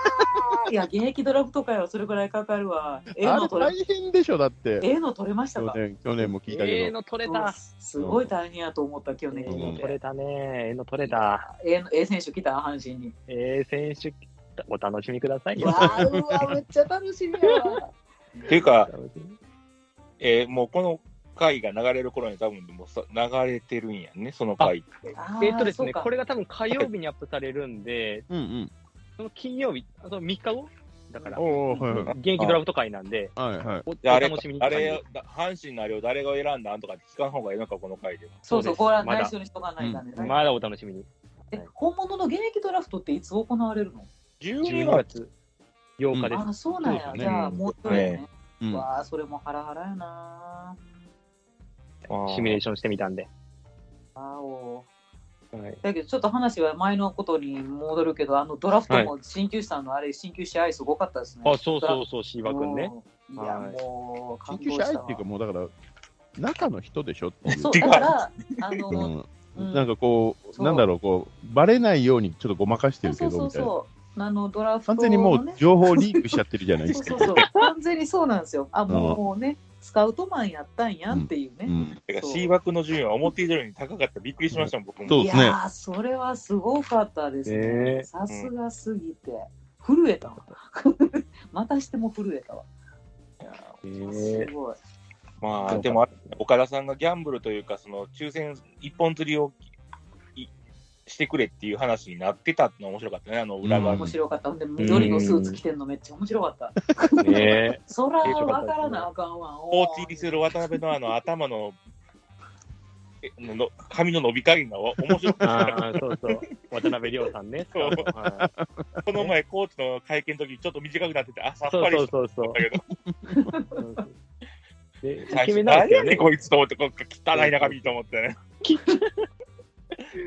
S2: いや、現役ドラフト会はそれぐらいかかるわ。ええ
S3: あ
S2: の
S3: れ
S2: 撮れ、
S3: 大変でしょ、だって。
S2: ええの撮れました
S3: 去
S2: か。
S3: 年去年も聞いた
S1: え
S3: け
S1: え
S3: ど。
S1: の取れ
S2: うん
S1: た。
S2: すごい大変やと思った、去
S1: え
S2: 年
S1: え
S2: 聞
S1: の
S2: い
S1: 取れ
S2: て。
S1: たね。ええの取れた。
S2: ええのええ選手来た、阪神に。
S1: ええ選手、お楽しみくださいよ。
S2: わあ、うわ、めっちゃ楽しみやわ。
S5: っていうか、えーもうこの回が流れる頃に多分もうさ流れてるんやね、その回。
S2: あー
S1: えっとです
S2: そう
S1: ね、
S2: か
S1: これが多分火曜日にアップされるんで、
S3: うんうん。
S1: その金曜日、あと3日後だから、
S3: おおはいはい
S1: 現役ドラフト会なんで、
S3: はいはい。
S1: おお
S5: であれ
S1: 楽しみに
S5: あれ、だ阪神のあれを誰が選んだんとかって聞かん方がいいのか、この回では。
S2: そうそう、
S1: そ
S2: ご
S1: うです
S2: 覧内緒にしとかないかんね。
S1: まだお楽しみに。
S2: え本物の現役ドラフトっていつ行われるの
S5: 12
S1: 12
S5: 月。
S1: 月8日です。
S2: あ、そうなん
S3: そ
S2: や。
S3: うで
S2: じ
S3: すね
S2: ゃあ、もうちょいね。
S3: うん
S2: わあ、それもハラハラやな。
S1: シミュレーションしてみたんで。
S2: あお。
S1: はい、
S2: だけどちょっと話は前のことに戻るけど、あのドラフトも鍼灸師さんのあれ、鍼灸師アイスごかったですね。
S1: あ、そうそうそう、シーバくんね。
S2: うん。いや、
S1: はい
S2: もう、
S3: 緊
S2: 感
S3: 急
S2: 動し
S3: 車
S2: た
S3: 愛
S2: わ
S3: っていうか、もうだから、中の人でしょっていう。
S2: そう、だから、あ
S3: う
S2: の、
S3: ん
S2: うん
S3: なんかこう、
S2: そう
S3: なんだろう、こう、バレないようにちょっとごまかして
S2: そうそ
S3: るけ
S2: う
S3: ど、
S2: そう
S3: みたいな。
S2: そう、あのドラフト
S3: 完
S2: の
S3: 全にもう
S2: ね
S3: 情報リークしちゃってるじゃないで
S2: そ
S3: す
S2: うそ
S3: か
S2: う。そう、完全にそうなんですよ。あ、もうもうね、スカウトマンやったんやんっていう
S3: う
S2: ね。
S3: ん
S5: てか
S2: そう
S5: C 枠の順位は思っていたより高かった。びっくりしましたもん、僕も。
S3: そう
S2: い
S3: で
S2: や
S3: すね。
S2: ー、それはすごかったです
S1: ねえ
S2: ね。さすがすぎて、震えたわ。 またしても震えたわ。
S1: え
S2: す
S1: ー
S2: ごい。
S5: まあ、でも、岡田さんがギャンブルというか、その抽選一本釣りをいしてくれっていう話になってたの面白かったね、あの裏側
S3: うん
S5: の
S2: 面白かった。ほんで、緑のスーツ着てんのめっちゃ面白かった。
S1: ね
S2: そら、わからなあかんわ。
S5: 放置入りする渡辺のあの頭のえの髪の伸び加減がお面白かった。
S1: ああ、そうそう。渡辺亮さんね。
S5: そう
S1: は
S5: この前、コーチの会見の時にちょっと短くなってて、あ、さ
S1: い
S5: っ
S1: そ
S5: ぱ
S1: う
S5: り
S1: そう
S5: した
S1: そうそ
S5: んだけど、
S1: う。で、イ
S5: 最
S1: ケメ
S5: 初、
S1: ンなんですけど
S5: 何や
S1: ね
S5: ねん、。こいつと思って、こう汚い中身と思って ね。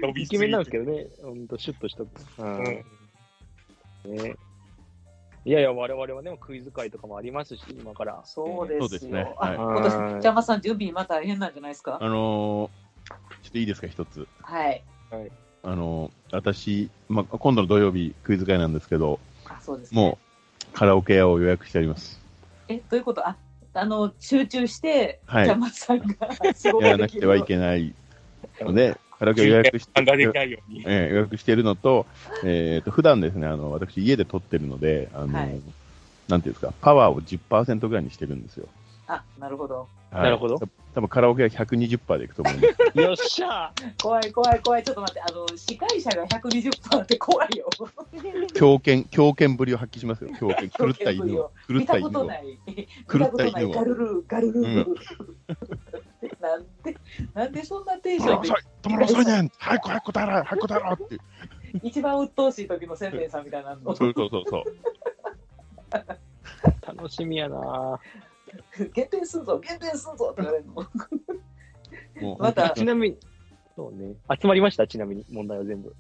S5: 伸び
S1: イ
S5: す
S1: ケ
S5: ぎ
S1: メン
S5: て
S1: なんですけどね。ほんと、シュッとした。うん。ねいやいや、我々はね、クイズ会とかもありますし、今から。
S2: そうですよ。
S3: そうですね
S2: あ
S3: はい
S2: 今年、邪魔さん、準備また大変なんじゃないですか。
S3: あのー、ちょっといいですか、一つ。
S2: はい。
S3: あのー、私、まあ、今度の土曜日、クイズ会なんですけど、
S2: あそうです、ね。
S3: もう、カラオケ屋を予約してあります。
S2: え、どういうことあ、あの、集中して、
S3: はい
S2: 邪魔さんが仕事
S3: やらな
S2: で
S3: く
S2: き
S3: ては
S2: る
S3: い。けないので、カラオケを予約して
S5: 判、断できないように。
S3: ええ予約しているのと、えー、と普段ですね、あの私、家で撮ってるので、あの
S2: はい
S3: なんていうんですか、パワーを10%ぐらいにしてるんですよ。
S2: あ、なるほど。
S3: はい
S1: なるほど。
S3: 多分カラオケは120%でいくと思うんで。
S1: よっしゃ
S2: 怖い怖い怖い。ちょっと待って、あの、司会者が120%って怖いよ。
S3: 狂犬、狂犬ぶりを発揮しますよ。狂犬。狂った犬を。狂っ
S2: 見
S3: た
S2: た
S3: 犬
S2: こと
S3: を
S2: な。い。
S3: 狂
S2: 見
S3: ったた
S2: ことない。
S3: 犬
S2: ガ
S3: を。
S2: ルルー、ガルルー。
S3: う
S2: なんで、なんでそんなテンシ
S3: 止ま
S2: ョン
S3: ろう
S2: で
S3: 遅い止まろう遅いねん早く早く答えろ早く答えろって。
S2: 一番鬱陶しい時のせんべいさんみたいなの。
S3: そうそうそうそう。
S1: 楽しみやな
S2: 減点すんぞ、減点すんぞって言われるの。
S3: もう
S2: また
S1: ちなみに、そうね。集まりましたちなみに、問題は全部。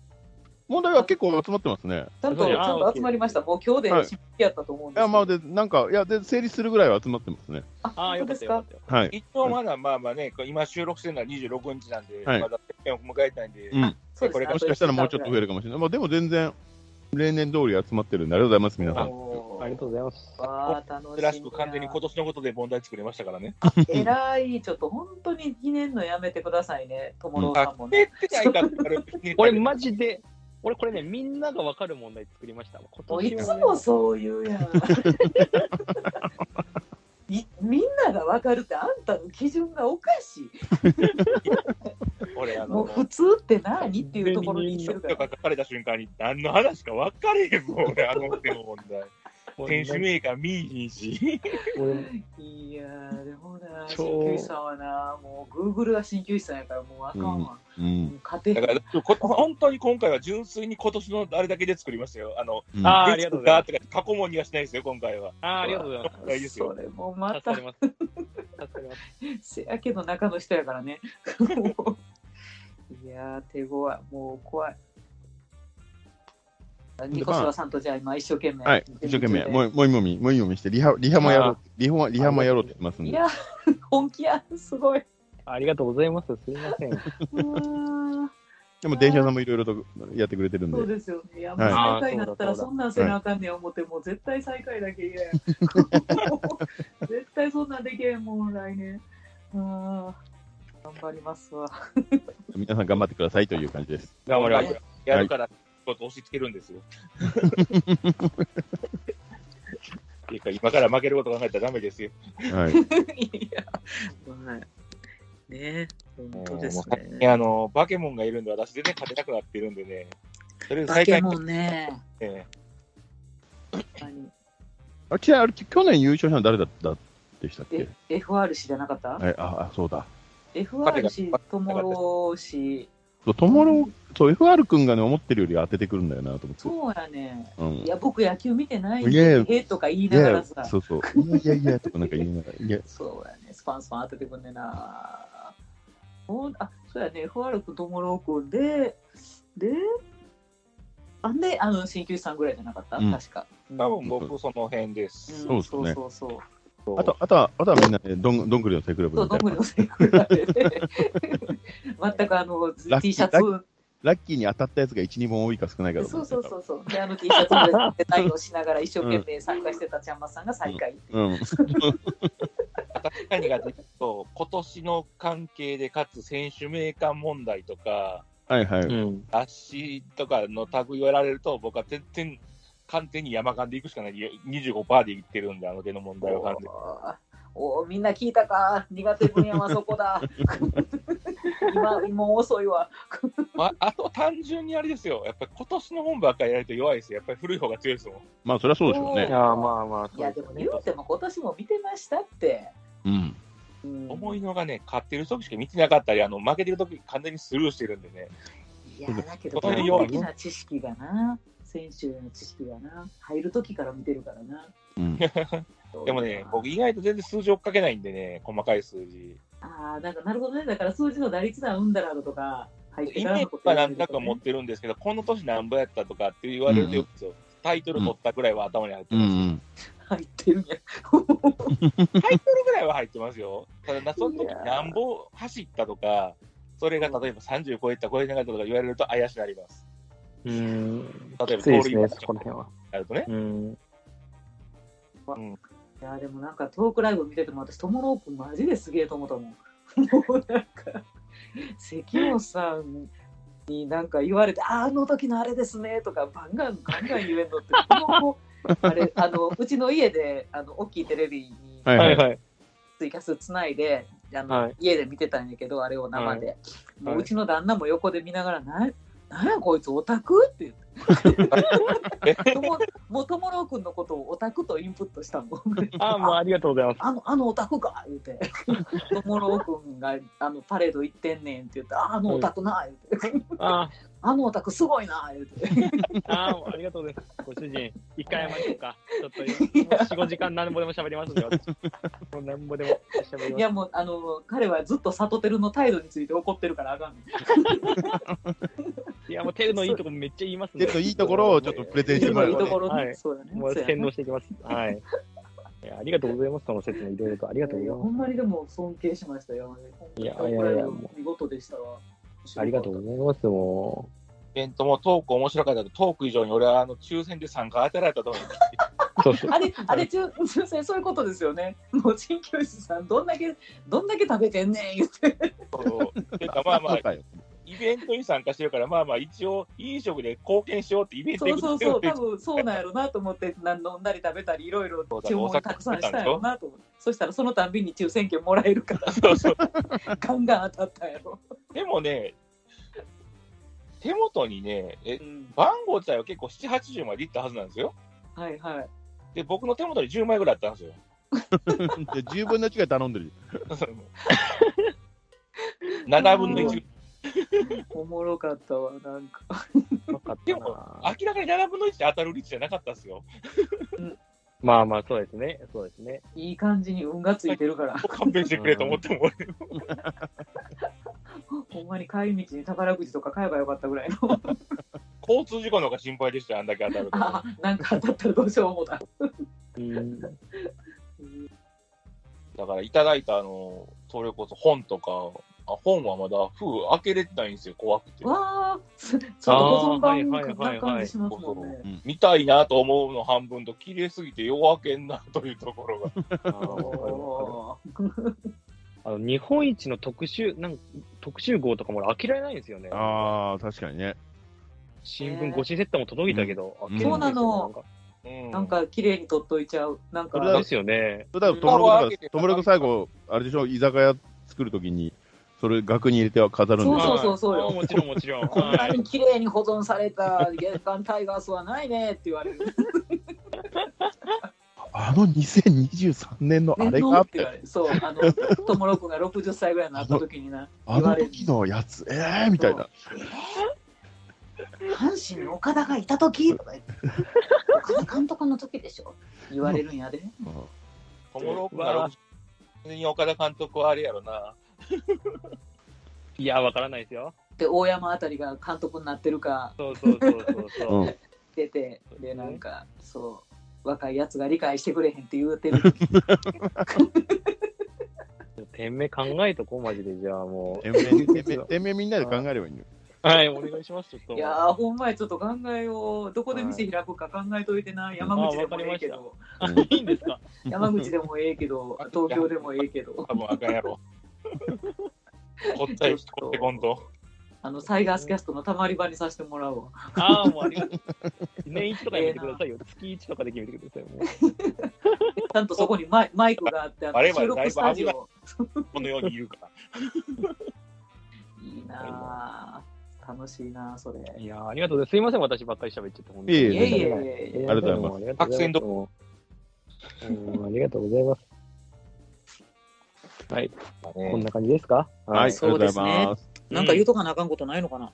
S3: 問題は結構集まってますね。
S2: ちゃんと、ちゃんと集まりました。もう今日で締め切りやったと思うん
S3: い
S2: です
S3: や、
S2: けど
S3: まあ、で、なんか、いや、で、整理するぐらいは集まってますね。
S1: あ
S2: あ、
S1: あ、
S2: 本
S1: よかっ
S2: 当で
S1: た
S2: す
S1: よか
S2: か
S1: ったよ。
S3: はい。
S5: 一応まだまあまあね、こう今収録してるのは26日なんで、
S3: はい
S5: まだ1点を迎えたいんで、
S3: うん
S2: そうですね
S5: これ
S3: もしかしたらもうちょっと増
S2: る。
S3: えるかもしれない。まあ、でも全然、例年通り集まってるんで、ありがとうございます、皆さん。
S2: おー
S1: ありがとうございます。
S2: わあ、楽しみや。
S5: 珍しく完全に今年のことで問題作りましたからね。
S2: えらい、ちょっと本当に記念のやめてくださいね、友郎さんも
S5: 出
S2: ね。
S5: てないかったら別に
S1: 俺、マジで、俺、これね、みんながわかる問題作りました。今
S2: もうい
S1: 年は
S2: つ
S1: ね
S2: もそう言う やん。いみんなが分かるってあんたの基準がおかしい。
S5: 俺あ
S2: もう
S5: の、
S2: 普通って何っていうところに行ってるか。
S5: とから書かれた瞬間に何の話か分かれへんもん、俺、あの手の問題。
S1: 俺
S5: 選手メーカー見えへんし。
S1: 俺
S2: いやー、でもな、
S1: 超
S2: 鍼灸師さんはな、もう Google が鍼灸師さんやからもうあかんわ。も
S3: う。
S2: うん勝てへん
S5: だから、こ本当に今回は純粋に今年のあれだけで作りましたよ。あの、
S3: うん
S1: あーありがとうございます
S5: す。過去問にはしないですよ、今回は。
S1: あーありがとうございます。
S5: 大事です
S2: そ
S5: よ。
S2: れもま
S1: 助か
S2: た
S1: ります。助かります。
S2: せやけど中の人やからね。 いやー、手強い。もう怖い。ニコスワさんとじゃあ今一生懸命。
S3: はい、一生懸命、もう、もみもみ、もみもみして、リハ、リハもやろう、リハも、リハもやろうって言ってますん
S2: い
S3: で。
S2: や、本気や、すごい。
S1: ありがとうございます。すいません。
S2: うわ
S3: でも、電車さんもいろいろとやってくれてるん
S2: ーそう
S3: で。
S2: ですよね。いや、もう
S3: は
S2: 最
S1: い
S2: 下位になった
S1: あ
S2: ら
S1: ーそうだそうだ
S2: そんなんせなあかんねん思って、もう絶対最下位だけ嫌 や。絶対そんなんできへんもん、来年。あー頑張りますわ。
S3: 皆さん頑張ってくださいという感じ です。
S5: 頑張
S2: ります
S5: やるから、こと押し付けるんですよ。っていうか、今から負けること考えたらダメですよ。
S3: はい。
S2: いや、はい。ね本当です
S5: い
S2: ね。
S5: やあの、バケモンがいるんで、私全然勝てなくなってるんでね。それで
S2: バ
S5: 最
S2: ケ
S5: 下位
S2: モンね。
S5: え
S3: あ、ちなみに、去年優勝したの誰だったでしたっ
S2: え
S3: け。
S2: FRC じゃなかった、
S3: はい、あ、あ、そうだ。
S2: ?FRC、友郎氏。
S3: そう、ともろ、そう、FR 君がね、思ってるより当ててくるんだよなと思って。
S2: そうやね。
S3: うん
S2: い。や、僕野球見てないん
S3: いやいや
S2: で、ええとか言いながらさ。
S3: そうそう。いやいやいや、とかなんか言いながら。いや、
S2: そうやね。スパンスパン当ててくんねんな。ほんあ、そうやね。FR 君、友郎君で、で、あんで、あの、鍼灸師さんぐらいじゃなかった、
S3: うん
S2: 確か。
S5: え多分僕、その辺です。
S3: そうですね
S2: そうそうそう。
S3: あと、あとは、あとはみんなね、どん、どんぐりの背比べみ
S2: そう、
S3: た
S2: ど
S3: い
S2: んぐり
S3: な。
S2: の背比べで。 全くあの、
S3: ラッキー
S2: T シャツ、
S3: ラッキーに当たったやつが1、2本多いか少ないかと
S2: そう
S3: 思って
S2: そうそうそう。で、あの T シャツをデザインをしながら一生懸命参加してたちゃんまさんが最下位っていう。
S3: うん。
S5: 確かにがと、今年の関係で、かつ選手名鑑問題とか、
S3: はいはい。
S1: ん。
S5: 足とかの類言われると、僕は全然、完全に山間で行くしかない。25%で行ってるんで、あの手の問題は完全に。
S2: おおみんな聞いたか苦手分野はそこ だ今もう遅いわ
S5: まあ、あと単純にあれですよ。やっぱり今年の本ばっかりやると弱いですよ。やっぱり古い方が強いですもん。
S3: まあ、そりゃそうでしょう
S1: い
S3: ね。
S1: やー、まあまあ、
S2: いやでも言うても今年も見てましたって、
S3: うん。
S2: うん
S5: 重いのがね、勝ってる時しか見てなかったり、あの負けてる時完全にスルーしてるんでね。
S2: いやだ けど基
S5: そうです
S2: 本的な知識がな選手の知識がな入る時から見てるからな
S3: うん。
S5: でもね、僕意外と全然数字追っかけないんでね、細かい数字。
S2: ああ、なんかなるほどね。だから数字の打率だ、うんだらだとか、入って
S5: イ
S2: か
S5: メ
S2: ら
S5: ー
S2: の
S5: ジ
S2: こと
S5: は
S2: や
S5: な
S2: る
S5: ん
S2: と
S5: だ
S2: か
S5: か
S2: ね
S5: 持ってるんですけど、この年なんぼやったとかって言われるとよくですよ、タイトル取ったぐらいは頭に入って
S3: うん
S5: ます。
S3: うん。
S2: 入ってるんや。
S5: タイトルぐらいは入ってますよ。ただな、その時なんぼ走ったとか、それが例えば30超えた、超えなかったとか言われると怪しくなります。
S1: うん。
S5: 例えば、
S1: きついですね、
S5: 盗塁
S1: そこら辺は。
S5: やるとね。
S1: うん。
S2: いや、でもなんかトークライブ見てても、私、トモロー君マジですげえと思ったもん。 もうなんか、関野さんになんか言われて、ああの時のあれですねとか、バンガンガンガン言えんのって、 この子あれ、あの、うちの家で、あの、大きいテレビに、
S3: はい
S1: は
S3: はいい。
S1: はい。
S2: ツイキャスつないであの、
S1: はい
S2: 家で見てたんやけどあれを生で、も
S1: は
S2: う
S1: いう
S2: ちの旦那も横で見ながら「ななんやこいつオタク?」 って 言ってとももう友郎君のことをオタクとインプットしたもん
S1: ああ、もうありがとうございます。
S2: あのあのオタクか言う て「友郎君があのパレード行ってんねん」って言って「ああのオタクな」言うて
S1: あ
S2: 「あのオタクすごいな」言うて。
S1: あ、ああ、ありがとうございます。ご主人、一回謝りましょうか。ちょっと今、もう4、5時間何ぼでも喋りますんで、私。もう何ぼでも喋り
S2: い
S1: ます。
S2: やもうあの彼はずっと悟てるの態度について怒ってるからあかんねん
S1: いや、もう、テルのいいとこめっちゃ言いますん
S3: で
S1: で。
S3: といいところをちょっとプレゼンしてもら
S2: い
S3: え
S2: い
S3: ば
S2: と
S3: ね
S2: ころね、
S1: はい
S2: そうだね。
S1: もう
S2: そうやね
S1: 洗脳していきます。はい。いやありがとうございます。その説明いろいろとありがとう
S2: いや
S1: ござい
S2: ほ
S1: ます。
S2: んまにでも尊敬しましたよ。
S1: いや
S2: ほんまに
S1: いやいやも
S2: 見事でしたわ。
S1: ありがとうございます。も
S5: イベントもトーク面白かったけど、トーク以上に俺はあの抽選で参加当てられたと思う。
S1: う。そうそう。
S2: あれ、あれ、中、中世、そういうこと ですよね。もう、鍼灸師さん、どんだけ、どんだけ食べてんねん、言って。
S5: て いうかまあま
S3: そ
S5: あ
S3: う、かよ
S5: イベントに参加してるから、まあまあ一応飲食で貢献しようって イベント
S2: そうそうそう、多
S5: 行く
S2: 分そうなんやろなと思って、なん飲んだり食べたり、いろいろ注文たくさんしたんやろなと思って。そしたら、そのたんびに抽選券もらえるから、
S5: そうそう
S2: ガンガン当たったんやろ。
S5: でもね、手元にね、え
S2: うん
S5: 番号自体は結構7、80までいったはずなんですよ。
S2: はいはい。
S5: で、僕の手元に10枚ぐらいあったんですよ。
S3: じゃあ10分の1が頼んでる。
S5: 7分の1。
S2: おもろかったわ、なんか。
S1: よかっ
S5: で
S1: た
S5: も
S1: な。
S5: 明らかに7分の1で当たる率じゃなかったんですよ。
S1: まあまあ、そうですね。そうですね。
S2: いい感じに運がついてるから。
S5: 勘弁してくれと思っても、俺
S2: ほんまに帰り道に宝くじとか買えばよかったぐらいの。
S5: 交通事故の方が心配でしたよ、あんだけ当たると。
S2: あなんか当たったらどうしようも だ。
S1: うん。
S5: だからいただいたあの、それこそ本とか、あ本はまだ封開けれてないんですよ、怖くて。
S2: わあ、ちょっと保存版
S1: あーはいはいはいはい
S2: な感じしますもんね。
S5: 見たいなと思うの半分と、綺麗すぎてよう開けんなというところが。
S1: あーわかるわかる
S2: お
S1: あの日本一の特集、なんか特集号とかも俺開けられないんですよね。
S3: ああ、確かにね。
S1: 新聞5紙セットも届いたけど、
S3: う
S1: 開
S3: ん
S1: けれいんですよ
S2: そうなの。
S5: うん
S2: ーなんか綺麗に取っといちゃう。な
S1: な
S2: ん
S1: んか
S2: か
S1: で。すよね。
S3: それだから、ともろくだから、ともろく最後、あれでしょ、居酒屋作るときに、それ額に入れては飾るん
S2: そう
S3: でし
S2: そ
S3: ょ。
S2: うそうそうよ
S1: はいあもちろんもち ろん。
S2: こんな
S1: は
S2: に綺麗に保存された月刊タイガースはないねって言われる。
S3: あの2023年のあれ
S2: の
S3: か
S2: っ
S3: って
S2: 言わ
S3: て、
S2: れる。そう、あの、ともろくんが60歳ぐらいになった時にな。
S3: あの時のやつ、ええー、みたいな。
S2: 阪神に岡田がいた時とか言って。岡田監督の時でしょ。言われるんやで。
S5: トモロークが60に岡田監督はあれやろな。
S1: い、いや、わからないですよ。
S2: で、大山あたりが監督になってるか。
S1: そうそうそうそうそうう。
S3: ん
S2: 出て
S1: そうでね
S2: ですなんかそう若いやつが理解してくれへんって言うてる
S1: 店名考えとこう、マジで。じゃあも
S3: 店名店名店名みんなで考えればいいのよ。
S1: う。はい、お願いします。ちょっと。
S2: いやーほんまにちょっと考えようどこで店開くか考えといてな、山口でもええけ
S1: あ
S2: ど
S3: うん
S1: いいんですか
S2: 山口でもええけど東京でもええけど
S5: 多分あかんや ろ。こったりしてこって今度。
S2: あのタイガースキャストのたまり場にさせてもらうわ
S1: ああ、もうありがとう。年一とかやめてくださいよ。 月一とかで決めてくださいよ。もう
S2: ちゃんとそこにマイマイクがあってあの
S5: あれは
S2: 収録スタジ
S5: だい
S2: オ
S5: このようにいるから。
S2: いいなー楽しいなーそれ
S1: いやーありがとうございます。すいません、私ばっかり喋っちゃって、本当
S3: いえ
S2: いえいえいえいえ
S3: ありがとう
S1: ざ
S3: ご
S1: い
S5: ます
S1: ありがとうございますうんありがとうございます。はい、こんな感じですか
S3: はい、ありがと
S2: そうう
S3: ご
S2: で
S3: ざい
S2: すね
S3: ます。
S2: なんか言うとかなあかんことないのかな、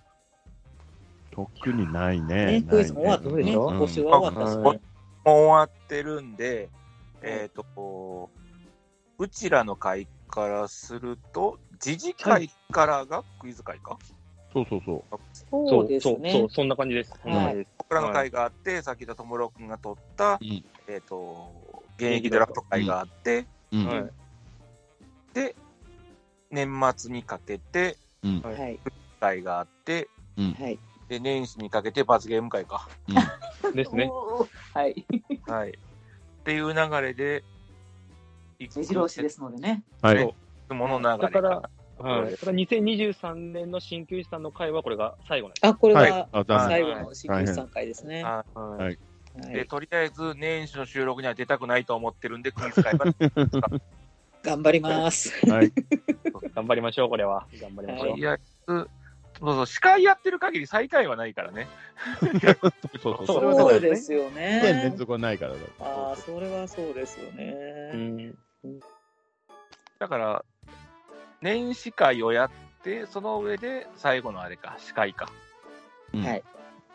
S3: 特にないね。
S2: ねクイズも終わった
S1: そうで
S2: ね
S1: しょ
S2: 募集は終わったし、
S1: はい
S5: もう終わってるんで、えっ、とこう、うちらの会からすると、時事会からがクイズ会か。
S3: そうそうそう。
S1: そ
S2: そう
S1: う
S2: です
S1: そう、そ
S2: ね
S1: う、そんな感じです。そんな感じです
S5: 僕らの会があって、さっき言ったともろくんが取った、
S3: うん
S5: えっ、と、現役ドラフト会があって、
S3: うん
S1: はい。
S5: で、年末にかけて
S2: はいはい、
S5: 会があって、
S2: はい
S5: で、年始にかけて罰ゲーム会か。
S1: ですね。
S2: おーはい
S5: はい。っていう流れで、いく
S2: 目白押しですのでね
S3: はい。
S5: もの流れ
S1: だから、
S5: は
S1: はいい。だから2023年の鍼灸師さんの会はこれが最後なんで
S2: あ、これ
S3: はい
S2: が。
S3: あ、残念。
S2: 最後の新旧参回ですね。
S5: は
S1: す。はい
S3: はい
S2: は
S5: で、
S2: い
S5: とりあえず年始の収録には出たくないと思ってるんで、クイズ会は
S2: 頑張ります。
S3: はい。
S1: 頑張りましょう、これは。頑張りましょう
S2: は。
S5: いや、そうそう、司会やってる限り最下位はないからね。
S3: そうそ
S2: そ
S3: う、そうれはそう
S2: で
S3: です
S2: すよ
S3: ね。2年
S2: ね
S3: 連。続はないからだ。
S2: ああ、それはそうですよ
S1: う
S2: ね。
S1: ん
S5: だから、年始会をやって、その上で最後のあれか、司会か。
S3: うん
S2: はい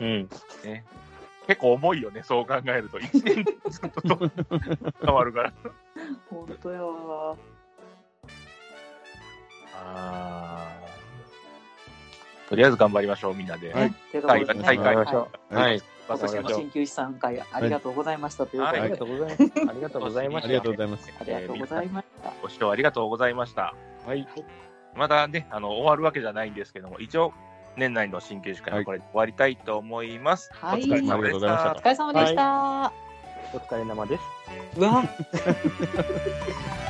S1: うん。
S5: ね、結構重いよね、そう考えると。1年ずっと 変わるから。
S2: 本当やわ。
S5: あーとりあえず頑張りましょう、みんなで。
S3: はい
S2: ねということでね
S5: 大会
S2: はい
S1: はい。
S5: ま
S1: 頑張りましょう
S2: 鍼灸師さん会ありがとうございましたということ
S1: あ
S2: で、
S1: りがとうございます。ありがとうございました
S3: ありがと。うございます。
S2: ありがとうございました。
S5: ご視聴ありがとうございました。
S1: はい。
S5: まだね、あの終わるわけじゃないんですけども、一応、年内の新旧司会
S3: は
S5: はいこれで終わりたいと思います。
S2: はい、
S5: お疲れ様
S3: ありが
S5: で
S3: とうござ
S5: し
S3: いました
S2: お。
S5: た
S2: 疲れ様でした。
S1: お疲れ様です。
S2: うわ。